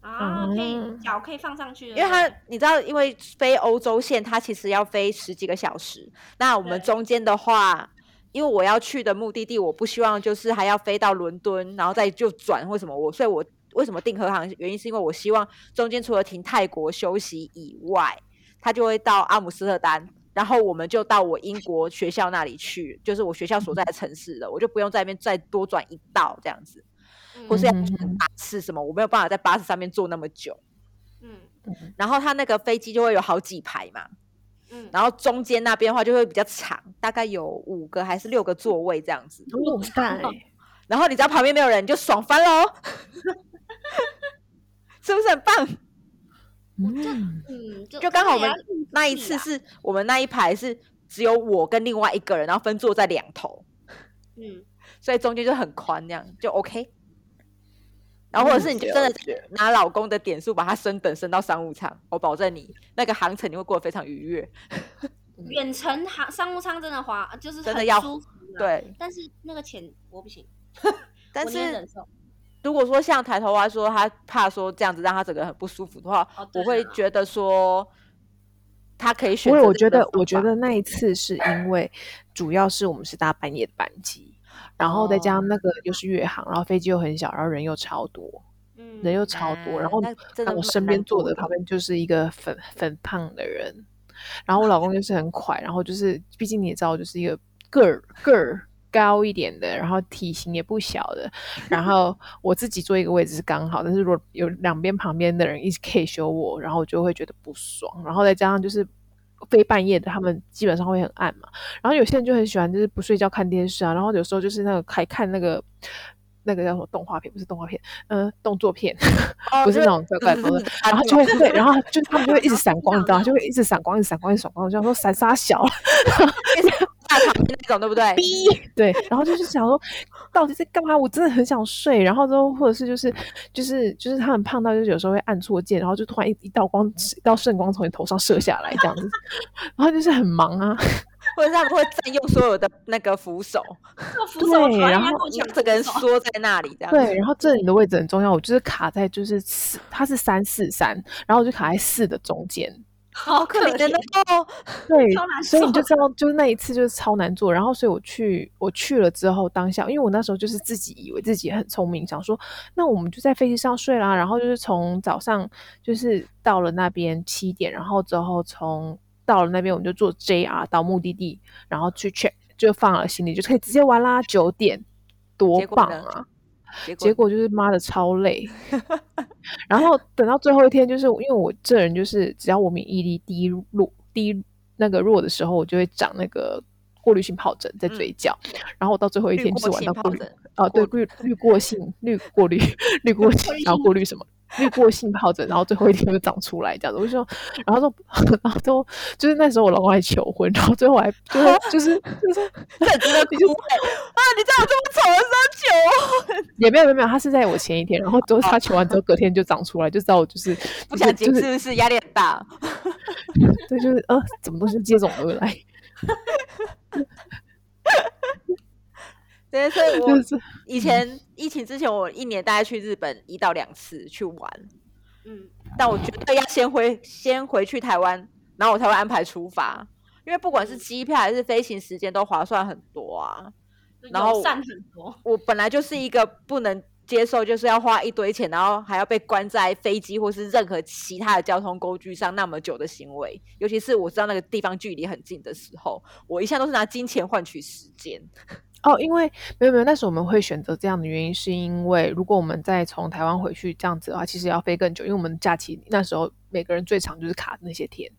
Speaker 1: 啊，可以
Speaker 2: 嗯
Speaker 1: 脚可以放上去了，
Speaker 3: 因为它你知道，因为飞欧洲线它其实要飞十几个小时，那我们
Speaker 1: 对
Speaker 3: 中间的话。因为我要去的目的地，我不希望就是还要飞到伦敦，然后再就转或什么我，所以我为什么订荷航？原因是因为我希望中间除了停泰国休息以外，他就会到阿姆斯特丹，然后我们就到我英国学校那里去，就是我学校所在的城市了，我就不用在那边再多转一道这样子，啊
Speaker 1: 嗯
Speaker 3: 或是要
Speaker 2: 嗯
Speaker 3: 去巴士什么，我没有办法在巴士上面坐那么久。
Speaker 1: 嗯
Speaker 3: 然后它那个飞机就会有好几排嘛，
Speaker 1: 嗯，
Speaker 3: 然后中间那边的话就会比较长，大概有五个还是六个座位这样子。
Speaker 2: 我
Speaker 4: 干
Speaker 3: 然后你只要旁边没有人，你就爽翻喽， 是不是很棒？
Speaker 2: 嗯，
Speaker 1: 嗯，就
Speaker 3: 就刚好我们
Speaker 1: 这也要运
Speaker 3: 那一
Speaker 1: 气啊
Speaker 3: 次
Speaker 1: 啦
Speaker 2: 啊
Speaker 3: 是我们那一排是只有我跟另外一个人，然后分坐在两头，
Speaker 1: 嗯，
Speaker 3: 所以中间就很宽，这样就 OK。然后或者是你就真
Speaker 2: 嗯了
Speaker 3: 的
Speaker 2: 解
Speaker 3: 拿老公的点数把它升等升到商务舱，我保证你那个航程你会过得非常愉悦。
Speaker 1: 远程航商务舱真的滑，就是
Speaker 3: 真的
Speaker 1: 很
Speaker 3: 要
Speaker 1: 舒服啦，
Speaker 2: 啊
Speaker 3: 对，
Speaker 1: 但是那个钱我不行，
Speaker 3: 但
Speaker 1: 我宁愿
Speaker 3: 是
Speaker 1: 忍受
Speaker 3: 如果说像抬头蛙说他怕说这样子让他整个很不舒服的话，
Speaker 1: 哦对
Speaker 3: 我会
Speaker 1: 啦
Speaker 3: 觉得说他可以选
Speaker 2: 因为
Speaker 3: 择
Speaker 2: 我
Speaker 3: 这
Speaker 2: 觉
Speaker 3: 个
Speaker 2: 得
Speaker 3: 方，
Speaker 2: 我觉
Speaker 3: 法
Speaker 2: 得那一次是因为主要是我们是搭半夜的班机，然后再
Speaker 3: 哦
Speaker 2: 加上那个又是越航，然后飞机又很小，然后人又超多，
Speaker 1: 嗯，
Speaker 2: 人又超多，然
Speaker 3: 哎
Speaker 2: 后
Speaker 3: 那真
Speaker 2: 那
Speaker 3: 的
Speaker 2: 我
Speaker 3: 蛮
Speaker 2: 身
Speaker 3: 难
Speaker 2: 边坐
Speaker 3: 过
Speaker 2: 的
Speaker 3: 的
Speaker 2: 旁边就是一个粉粉胖的人，然
Speaker 3: 啊
Speaker 2: 后我老公就是很快，然后就是毕竟你也知道，我就是一个个儿个儿高一点的，然后体型也不小 的，然后我自己坐一个位置是刚好，但是如果有两边旁边的人一直 K 修我，然后我就会觉得不爽，然后再加上就是。非半夜的，他们基本上会很暗嘛。然后有些人就很喜欢，就是不睡觉看电视啊。然后有时候就是那个还看那个那个叫什么动画片，不是动画片，呃，动作片，
Speaker 3: 哦
Speaker 2: 不是嗯
Speaker 3: 就
Speaker 2: 那 种怪怪的动作，然后就会对， 然后就他们就会一直闪光，你知道吗？就会一直闪光，一直闪光，一直闪光。我就想说闪啥小，
Speaker 3: 大场面那种，对不对？
Speaker 2: 对，然后就是想说到底在干嘛？我真的很想睡。然后之后或者是就是就是就是他很胖到就是有时候会按错键，然后就突然一一道光一道圣光从你头上射下来这样子， 然后就是很忙啊。
Speaker 3: 或者是他们会占用所有的那个扶手，
Speaker 1: 做扶手，
Speaker 2: 对
Speaker 1: 我讨厌
Speaker 2: 然
Speaker 1: 人家
Speaker 2: 后
Speaker 1: 跟我
Speaker 3: 你
Speaker 1: 讲
Speaker 3: 整个人
Speaker 1: 扶手
Speaker 3: 缩在那里这样。
Speaker 2: 对，，然后这里的位置很重要，我就是卡在就是四，它是三四三，然后我就卡在四的中间。
Speaker 1: 好可
Speaker 3: 可怜
Speaker 1: 怜
Speaker 3: 的，哦，
Speaker 2: 对
Speaker 1: 超难，
Speaker 2: 所以你
Speaker 1: 做
Speaker 2: 就知道，就是那一次就是超难做。然后，所以我去我去了之后，当下因为我那时候就是自己以为自己很聪明，想说那我们就在飞机上睡啦。然后就是从早上就是到了那边七点，然后之后从到了那边我们就坐 JR 到目的地，然后去 check 就放了行李，就可以直接玩啦。九点多
Speaker 3: 结果
Speaker 2: 棒
Speaker 3: 呢
Speaker 2: 啊！
Speaker 3: 结
Speaker 2: 结果就是妈的超累，然后等到最后一天，就是因为我这人就是只要我免疫力低弱低那个弱的时候，我就会长那个过滤性疱疹在嘴角，然后我到最后一
Speaker 3: 嗯滤
Speaker 2: 天就是
Speaker 3: 过
Speaker 2: 玩
Speaker 3: 性
Speaker 2: 到过
Speaker 3: 疱
Speaker 2: 滤
Speaker 3: 疹，
Speaker 2: 啊，对
Speaker 3: 过
Speaker 2: 滤滤过性滤过滤滤过性，然后过滤什么滤过性疱疹，然后最后一天就长出来这样子。我就说，然后说， 然后都就是那时候我老公还求婚，然后最后还就是就是就是
Speaker 3: 这值得哭哎啊！你这样这么丑的时候酒，
Speaker 2: 也没有没有没有，他是在我前一天，然后之后他求完之后隔天就长出来，就知道我就是
Speaker 3: 哦不
Speaker 2: 就
Speaker 3: 想
Speaker 2: 是
Speaker 3: 结是
Speaker 2: 就
Speaker 3: 不
Speaker 2: 是
Speaker 3: 是压力很大？
Speaker 2: 对，就是呃，怎么东西接踵而来。
Speaker 3: 对，所以我
Speaker 2: 就是
Speaker 3: 以前疫情之前，我一年大概去日本一到两次去玩，
Speaker 1: 嗯，
Speaker 3: 但我绝对要先回先回去台湾，然后我才会安排出发，因为不管是机票还是飞行时间都划算很多啊。然后
Speaker 1: 友善很多，
Speaker 3: 我本来就是一个不能接受，就是要花一堆钱，然后还要被关在飞机或是任何其他的交通工具上那么久的行为，尤其是我知道那个地方距离很近的时候，我一向都是拿金钱换取时间。
Speaker 2: 哦，因为没有没有，但是我们会选择这样的原因，是因为如果我们再从台湾回去这样子的话，其实要飞更久，因为我们假期那时候每个人最长就是卡那些天。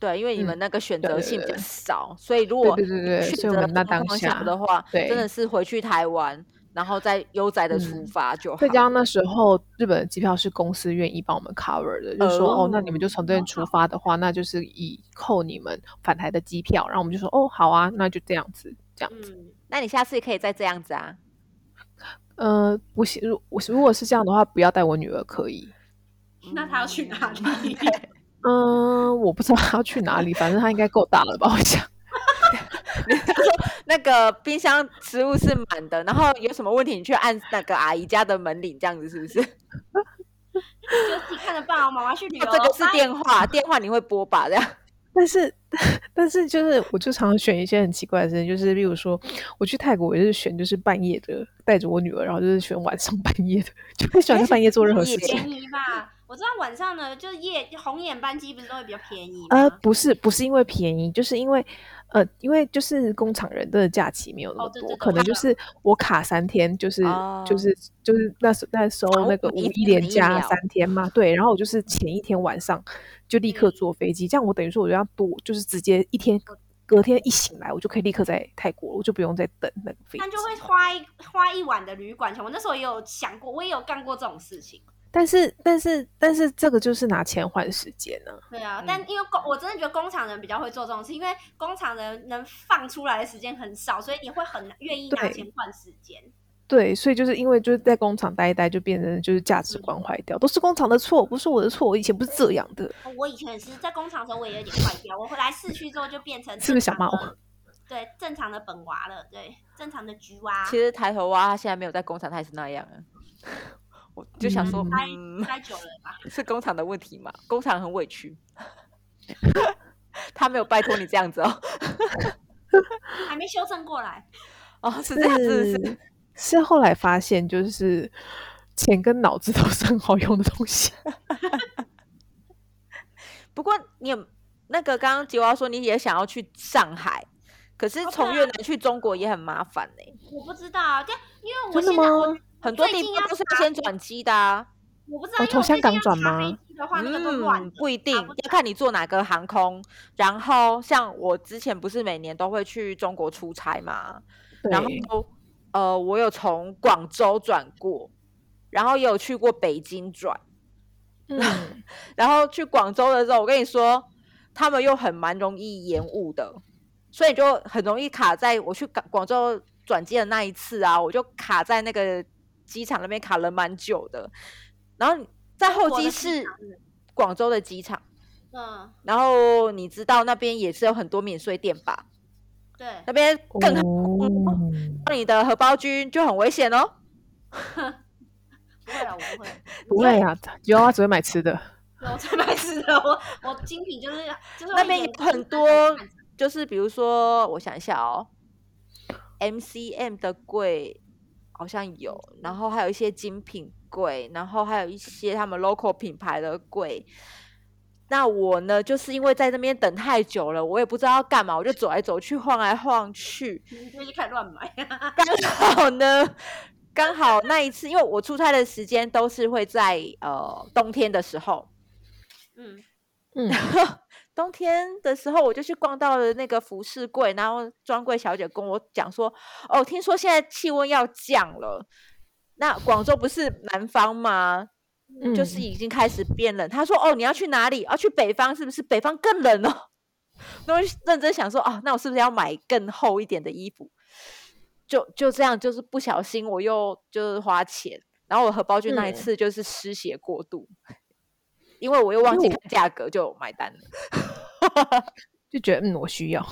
Speaker 3: 对，因为你们
Speaker 2: 嗯
Speaker 3: 那个选择
Speaker 2: 对
Speaker 3: 性比
Speaker 2: 对
Speaker 3: 较少，所以如果
Speaker 2: 对对对
Speaker 3: 选
Speaker 2: 所以我
Speaker 3: 择
Speaker 2: 们那
Speaker 3: 同个
Speaker 2: 当
Speaker 3: 方
Speaker 2: 下
Speaker 3: 向的话，真
Speaker 2: 对
Speaker 3: 的是回去台湾，然后再悠哉的出
Speaker 2: 嗯
Speaker 3: 发就哦好。
Speaker 2: 再加上那时候日本的机票是公司愿意帮我们 cover 的，就是说哦，那你们就从这边出发的话，那就是以扣你们返台的机票，然后我们就说哦，好啊，那就这样子，这样子。
Speaker 1: 嗯，
Speaker 3: 那你下次也可以再这样子啊。
Speaker 2: 呃，不行，如我如果是这样的话，不要带我女儿可以。
Speaker 3: 嗯
Speaker 1: 那他要去哪里？
Speaker 2: 嗯、我不知道她要去哪里，反正她应该够大了吧，我想。
Speaker 3: 那个冰箱食物是满的，然后有什么问题你去按那个阿姨家的门铃，这样子是不是？
Speaker 1: 就自己看着爸爸妈妈去旅游，
Speaker 3: 这个是
Speaker 1: 拜
Speaker 3: 电话，电话你会拨吧？这样
Speaker 2: 但是， 但是就是，我就常常选一些很奇怪的事情，就是例如说，我去泰国，我也是选就是半夜的，带着我女儿，然后就是选晚上半夜的，就不喜欢在半夜做任何事情。
Speaker 1: 便宜吧。我知道晚上呢，就是夜红眼班机不是都会比较便宜吗？
Speaker 2: 呃，不是，不是因为便宜，就是因为，呃，因为就是工厂人的假期没有那
Speaker 1: 哦
Speaker 2: 么
Speaker 1: 对
Speaker 2: 多，
Speaker 1: 对对
Speaker 2: 可能
Speaker 1: 我
Speaker 2: 就
Speaker 1: 知
Speaker 2: 是我卡三天，就是、
Speaker 3: 哦
Speaker 2: 就是就是那时那时
Speaker 3: 哦
Speaker 2: 候那个
Speaker 3: 你
Speaker 2: 五
Speaker 3: 一
Speaker 2: 一
Speaker 3: 天
Speaker 2: 连
Speaker 3: 没一
Speaker 2: 假
Speaker 3: 秒
Speaker 2: 三天嘛，对，然后我就是前一天晚上就立
Speaker 1: 嗯
Speaker 2: 刻坐飞机，这样我等于说我就要多，就是直接一天隔天一醒来，我就可以立刻在泰国，我就不用再等那个飞机
Speaker 1: 但。就会花一花一晚的旅馆钱。我那时候也有想过，我也有干过这种事情。
Speaker 2: 但是但是但是这个就是拿钱换时间呢、
Speaker 1: 对啊，但因为工，我真的觉得工厂人比较会做这种事，因为工厂人能放出来的时间很少，所以你会很愿意拿
Speaker 2: 对
Speaker 1: 钱换时间。
Speaker 2: 对，所以就是因为就是在工厂待一待，就变成就是价值
Speaker 3: 嗯
Speaker 2: 观坏掉，都是工厂的错，不是我的错，我以前不是这样的。
Speaker 1: 哦我以前也是在工厂的时候，我也有点坏掉。我回来市区之后就变成
Speaker 2: 是不是想
Speaker 1: 正常
Speaker 2: 骂
Speaker 1: 的？对，正常的本娃了，对，正常的菊娃。
Speaker 3: 其实抬头蛙他现在没有在工厂，他还是那样啊。 我就想说，
Speaker 1: 待
Speaker 3: 嗯，
Speaker 1: 待久了吧？
Speaker 3: 是工厂的问题嘛？工厂很委屈， 他没有拜托你这样子哦。
Speaker 1: 还没修正过来。
Speaker 3: 哦，是这样子，是
Speaker 2: 是是后来发现，就是钱跟脑子都是很好用的东西。
Speaker 3: 不过你有那个刚刚吉娃说你也想要去上海，可是
Speaker 1: 哦对
Speaker 3: 从
Speaker 1: 啊
Speaker 3: 越南去中国也很麻烦呢、
Speaker 1: 我不知道啊，但因为我
Speaker 2: 真
Speaker 1: 现
Speaker 2: 的
Speaker 1: 在我
Speaker 2: 吗
Speaker 3: 很多
Speaker 1: 最
Speaker 3: 地
Speaker 1: 近
Speaker 3: 方
Speaker 1: 要
Speaker 3: 都是要先转机的、啊。
Speaker 1: 我不知
Speaker 2: 哦
Speaker 1: 道，因为
Speaker 2: 从
Speaker 1: 我最
Speaker 2: 香港
Speaker 1: 近要
Speaker 2: 转
Speaker 1: 搭飞
Speaker 2: 吗
Speaker 1: 机的话，那个都乱
Speaker 3: 嗯，。不一定，
Speaker 1: 不
Speaker 3: 要看你坐哪个航空。然后像我之前不是每年都会去中国出差嘛， 然
Speaker 2: 对
Speaker 3: 后呃，我有从广州转过，然后也有去过北京转。
Speaker 2: 嗯，
Speaker 3: 然后去广州的时候，我跟你说，他们又很蛮容易延误的，所以就很容易卡在我去港广州转机的那一次啊，我就卡在那个机场那边卡了蛮久的。然后在候机室，广州的机场，
Speaker 1: 嗯，
Speaker 3: 然后你知道那边也是有很多免税店吧？
Speaker 1: 对，
Speaker 3: 那边更好，
Speaker 2: 哦，
Speaker 3: 你的荷包君就很危险哦。
Speaker 1: 不会了，我不会。
Speaker 2: 不会啊，有啊，只会买吃 的。
Speaker 1: 对我才买吃的，我我精品就是啊就是
Speaker 3: 那
Speaker 1: 会
Speaker 3: 边
Speaker 1: 眼
Speaker 3: 有
Speaker 1: 睛
Speaker 3: 很
Speaker 1: 看着
Speaker 3: 多
Speaker 1: 看着啊
Speaker 3: 就是比如说，我想一下哦，MCM 的柜好像有，
Speaker 1: 嗯
Speaker 3: 然后还有一些精品柜，然后还有一些他们 local 品牌的柜。那我呢，就是因为在那边等太久了，我也不知道要干嘛，我就走来走去，晃来晃去。
Speaker 1: 你就去看乱买。
Speaker 3: 刚好呢，刚好那一次，因为我出差的时间都是会在呃冬天的时候，
Speaker 1: 嗯，
Speaker 2: 嗯，
Speaker 3: 冬天的时候，我就去逛到了那个服饰柜，然后专柜小姐跟我讲说：“哦，听说现在气温要降了。”那广州不是南方吗？就是
Speaker 2: 嗯
Speaker 3: 已经开始变冷。她说：“哦，你要去哪里？要、去北方是不是？北方更冷哦。” 那我就认真想说：“哦，那我是不是要买更厚一点的衣服？”就就这样，就是不小心我又就是花钱，然后我荷包就那一
Speaker 2: 嗯
Speaker 3: 次就是失血过度，因为我又忘记
Speaker 2: 哟
Speaker 3: 看价格就买单了。
Speaker 2: 就觉得嗯，我需要。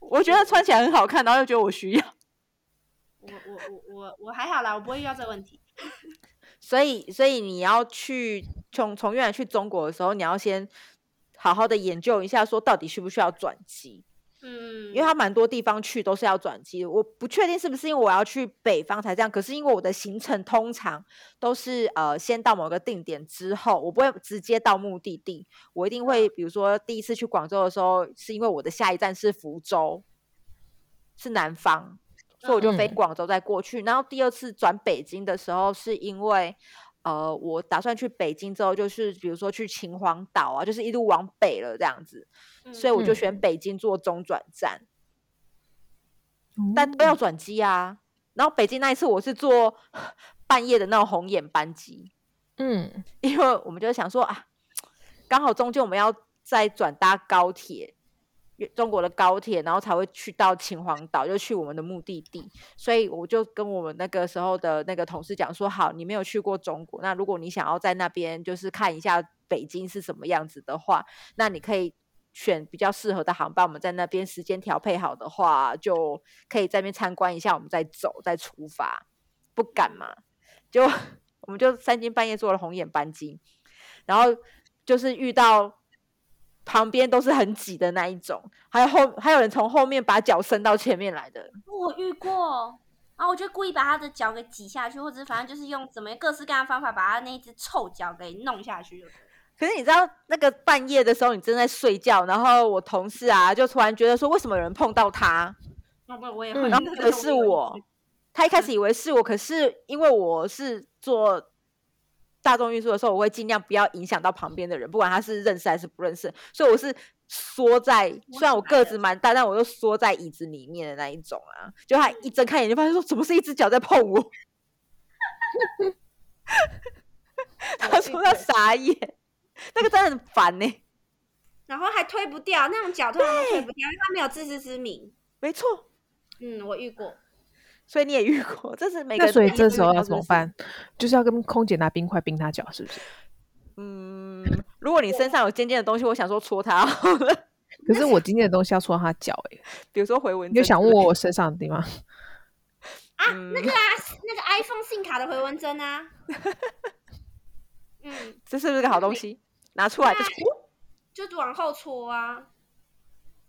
Speaker 3: 我觉得穿起来很好看，然后又觉得我需要，
Speaker 1: 我我我我我还好啦，我不会遇到这个问题。
Speaker 3: 所以，所以你要去从从越南去中国的时候，你要先好好的研究一下，说到底需不需要转机，
Speaker 1: 嗯，
Speaker 3: 因为它蛮多地方去都是要转机的。我不确定是不是因为我要去北方才这样，可是因为我的行程通常都是呃先到某个定点之后，我不会直接到目的地，我一定会比如说第一次去广州的时候，是因为我的下一站是福州，是南方，所以我就飞
Speaker 2: 嗯
Speaker 3: 广州再过去。然后第二次转北京的时候，是因为呃，我打算去北京之后，就是比如说去秦皇岛啊，就是一路往北了这样子，
Speaker 1: 嗯
Speaker 3: 所以我就选北京做中转站，
Speaker 2: 哦
Speaker 3: 但都要转机啊。然后北京那一次我是坐 半夜的那种红眼班机，
Speaker 2: 嗯，
Speaker 3: 因为我们就想说啊，刚好中间我们要再转搭高铁，越中国的高铁，然后才会去到秦皇岛，就去我们的目的地。所以我就跟我们那个时候的那个同事讲说，好，你没有去过中国，那如果你想要在那边就是看一下北京是什么样子的话，那你可以。选比较适合的航班，我们在那边时间调配好的话，就可以在那边参观一下，我们再走再出发。不敢嘛，就我们就三更半夜坐了红眼班机，然后就是遇到旁边都是很挤的那一种，还有后还有人从后面把脚伸到前面来的，
Speaker 1: 我遇过啊，我就故意把他的脚给挤下去，或者是反正就是用怎么各式各样的方法把他那一只臭脚给弄下去就对了。
Speaker 3: 可是你知道，那个半夜的时候，你正在睡觉，然后我同事啊，就突然觉得说，为什么有人碰到他？
Speaker 1: 那我我也
Speaker 2: 嗯
Speaker 1: 会，
Speaker 3: 然后可是我，他一开始以为是我，可是因为我是做大众运输的时候，我会尽量不要影响到旁边的人，不管他是认识还是不认识，所以我是缩在，虽然我个子蛮大，但我又缩在椅子里面的那一种啊。就他一睁开眼睛，发现说，怎么是一只脚在碰我？ 他说他傻眼，那个真的很烦呢、
Speaker 1: 然后还推不掉，那种脚通常都推不掉，因为他没有自知之明。
Speaker 3: 没错，
Speaker 1: 嗯，我遇过，
Speaker 3: 所以你也遇过，这是每
Speaker 2: 那
Speaker 3: 个人
Speaker 2: 所以
Speaker 3: 都
Speaker 2: 这
Speaker 3: 遇
Speaker 2: 时候
Speaker 3: 到
Speaker 2: 要
Speaker 3: 是
Speaker 2: 怎么
Speaker 3: 不是？
Speaker 2: 办？就是要跟空姐拿冰块冰她脚，是不是？
Speaker 3: 嗯，如果你身上有尖尖的东西，我想说戳哦它好了，
Speaker 2: 可是我今天的东西要戳她脚，哎，
Speaker 3: 比如说回文
Speaker 2: 你
Speaker 3: 针之类的，
Speaker 2: 就想问我我身上的地方？
Speaker 3: 嗯
Speaker 1: 那个啊，那个 iPhone 信卡的回纹针啊，嗯，
Speaker 3: 这是不是个好 东西？拿出来就戳，
Speaker 1: 就往后戳啊，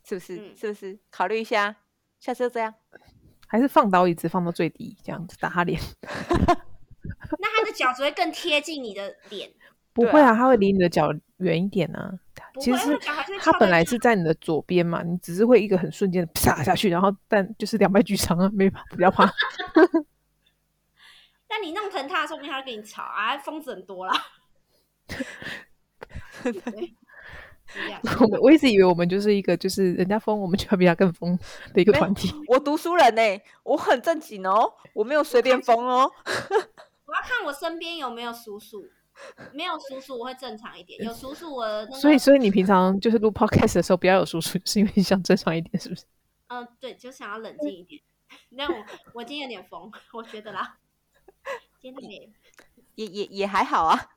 Speaker 3: 是不是？
Speaker 1: 嗯
Speaker 3: 是不是？考虑一下，下次就这样。
Speaker 2: 还是放倒椅子放到最低，这样子打她脸？
Speaker 1: 那他的脚只会更贴近你的脸，
Speaker 2: 不
Speaker 3: 对
Speaker 2: 会
Speaker 3: 啊
Speaker 2: 啊，她会离你的脚远一点啊。
Speaker 1: 不
Speaker 2: 其
Speaker 1: 会，
Speaker 2: 实
Speaker 1: 他脚还是会
Speaker 2: 它
Speaker 1: 翘
Speaker 2: 本
Speaker 1: 在
Speaker 2: 来
Speaker 1: 地
Speaker 2: 是在你的左边嘛，你只是会一个很瞬间的啪下去，然后但就是两败俱伤啊，没法不 要怕。
Speaker 1: 但你弄疼他的时候，不定他会跟你吵啊，疯子很多啦。对是这样
Speaker 2: 我们我一直以为我们就是一个就是人家疯，我们就要比他更疯的一个
Speaker 3: 没有
Speaker 2: 团体。
Speaker 3: 我读书人呢、我很正经哦，我没有随便疯哦。
Speaker 1: 我要看我身边有没有叔叔，没有叔叔我会正常一点，有叔叔我的那个，
Speaker 2: 所以，所以你平常就是录 podcast 的时候不要有叔叔，就是因为你想正常一点，是不是？
Speaker 1: 嗯、对，就想要冷静一点。 但我我今天有点疯，我觉得啦，今天太累了，
Speaker 3: 也也也还好啊，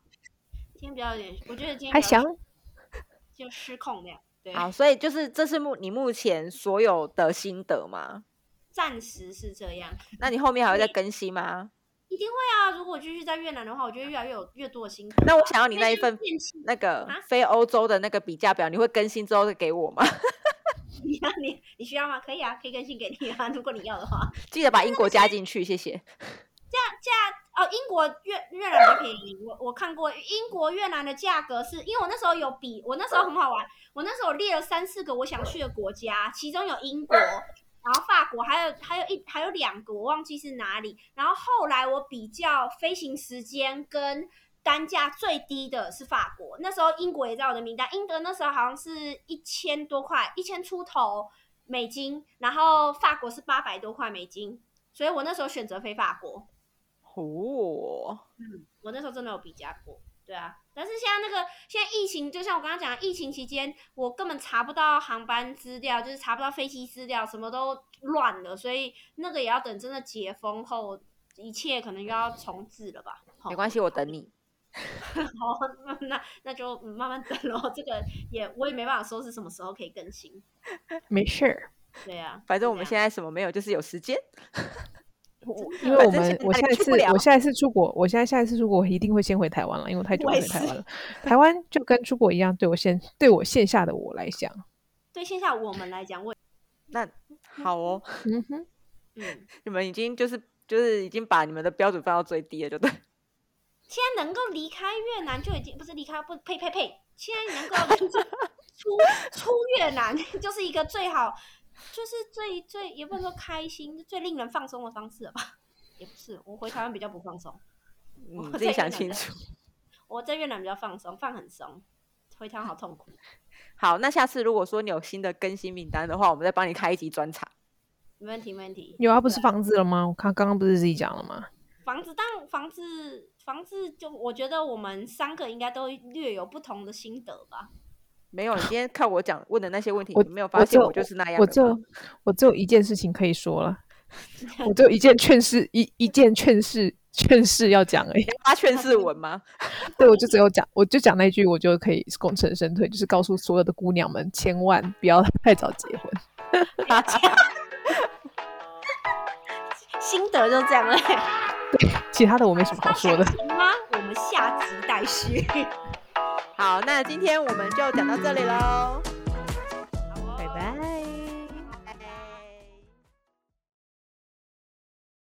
Speaker 1: 今天比较有点，我觉得今天
Speaker 2: 还
Speaker 1: 比较
Speaker 2: 想
Speaker 1: 就失控那样，对，
Speaker 3: 好，所以就是这是目你目前所有的心得嘛？
Speaker 1: 暂时是这样。
Speaker 3: 那你后面还会再更新吗？
Speaker 1: 一定会啊！如果继续在越南的话，我觉得越来越有越多的辛苦。
Speaker 3: 那我想要你那一
Speaker 1: 就
Speaker 3: 份
Speaker 1: 变气
Speaker 3: 那个
Speaker 1: 啊
Speaker 3: 非欧洲的那个比价表，你会更新之后再给我吗？
Speaker 1: 你要你你需要吗？可以啊，可以更新给你啊，如果你要的话。
Speaker 3: 记得把英国加进去，谢谢。
Speaker 1: 哦，英国越越南比较便宜，我我看过英国越南的价格是，因为我那时候有比，我那时候很好玩，我那时候列了三四个我想去的国家，其中有英国，然后法国，还有还有一还有两个我忘记是哪里。然后后来我比较飞行时间跟单价最低的是法国，那时候英国也在我的名单，英国那时候好像是一千多块，一千出头美金，然后法国是八百多块美金，所以我那时候选择飞法国。
Speaker 3: 哦，
Speaker 1: 我那时候真的有比价过，对啊。但是现在那个现在疫情，就像我刚刚讲的，疫情期间我根本查不到航班资料，就是查不到飞机资料，什么都乱了，所以那个也要等真的解封后，一切可能又要重置了吧。好
Speaker 3: 没关系，我等你。
Speaker 1: 好，那那那就嗯慢慢等咯。这个也我也没办法说是什么时候可以更新，
Speaker 2: 没事儿，
Speaker 1: 对啊。
Speaker 3: 反正
Speaker 1: 就
Speaker 3: 我们
Speaker 1: 这样
Speaker 3: 现在什么没有，就是有时间。
Speaker 2: 我
Speaker 1: 啊真的
Speaker 2: 因为我
Speaker 3: 反正
Speaker 2: 们
Speaker 3: 现
Speaker 2: 我
Speaker 3: 在
Speaker 2: 下一
Speaker 3: 去
Speaker 2: 次
Speaker 3: 不了
Speaker 2: 我下一次出国，我现在下一次出国我一定会先回台湾了，因为我太久
Speaker 1: 我
Speaker 2: 没
Speaker 1: 也
Speaker 2: 回台
Speaker 1: 是
Speaker 2: 湾了。台湾就跟出国一样，对我线对我线下的我来讲，
Speaker 1: 对线下我们来讲，我
Speaker 3: 那好哦，
Speaker 2: 嗯哼，
Speaker 1: 嗯，
Speaker 3: 你们已经就是就是已经把你们的标准放到最低了，就对。
Speaker 1: 现在能够离开越南就已经不是离开不呸呸呸，现在能够就是出出越南 就是一个最好，就是最最也不能说开心，最令人放松的方式了吧？也不是，我回台湾比较不放松，
Speaker 3: 你
Speaker 1: 我
Speaker 3: 自己
Speaker 1: 在
Speaker 3: 想
Speaker 1: 越南
Speaker 3: 清
Speaker 1: 的
Speaker 3: 楚。
Speaker 1: 我在越南比较放松，放很松，回台湾好痛苦。
Speaker 3: 好，那下次如果说你有新的更新名单的话，我们再帮你开一集专场。
Speaker 1: 没问题，没问题。
Speaker 2: 有啊，不是房子了吗？我看刚刚不是自己讲了吗？
Speaker 1: 房子，但房子，房子就我觉得我们三个应该都略有不同的心得吧。
Speaker 3: 没有，你今天看我讲问的那些问题，
Speaker 2: 我
Speaker 3: 你没有发
Speaker 2: 只
Speaker 3: 现
Speaker 2: 有
Speaker 3: 我就是那样
Speaker 2: 我
Speaker 3: 的
Speaker 2: 只有
Speaker 3: 吗
Speaker 2: 我只有一件事情可以说 了，我只有一件劝世一一件劝世劝世要讲而已
Speaker 3: 你。要发劝世文 吗？
Speaker 2: 对，我就只有讲，我就讲那一句，我就可以功成身退，就是告诉所有的姑娘们，千万不要太早结婚。
Speaker 1: 心得就这样了。
Speaker 2: 其他的我没什么好哦说的。
Speaker 1: 行吗？我们下集待续。
Speaker 3: 好，那今天我们就讲到这里喽，哦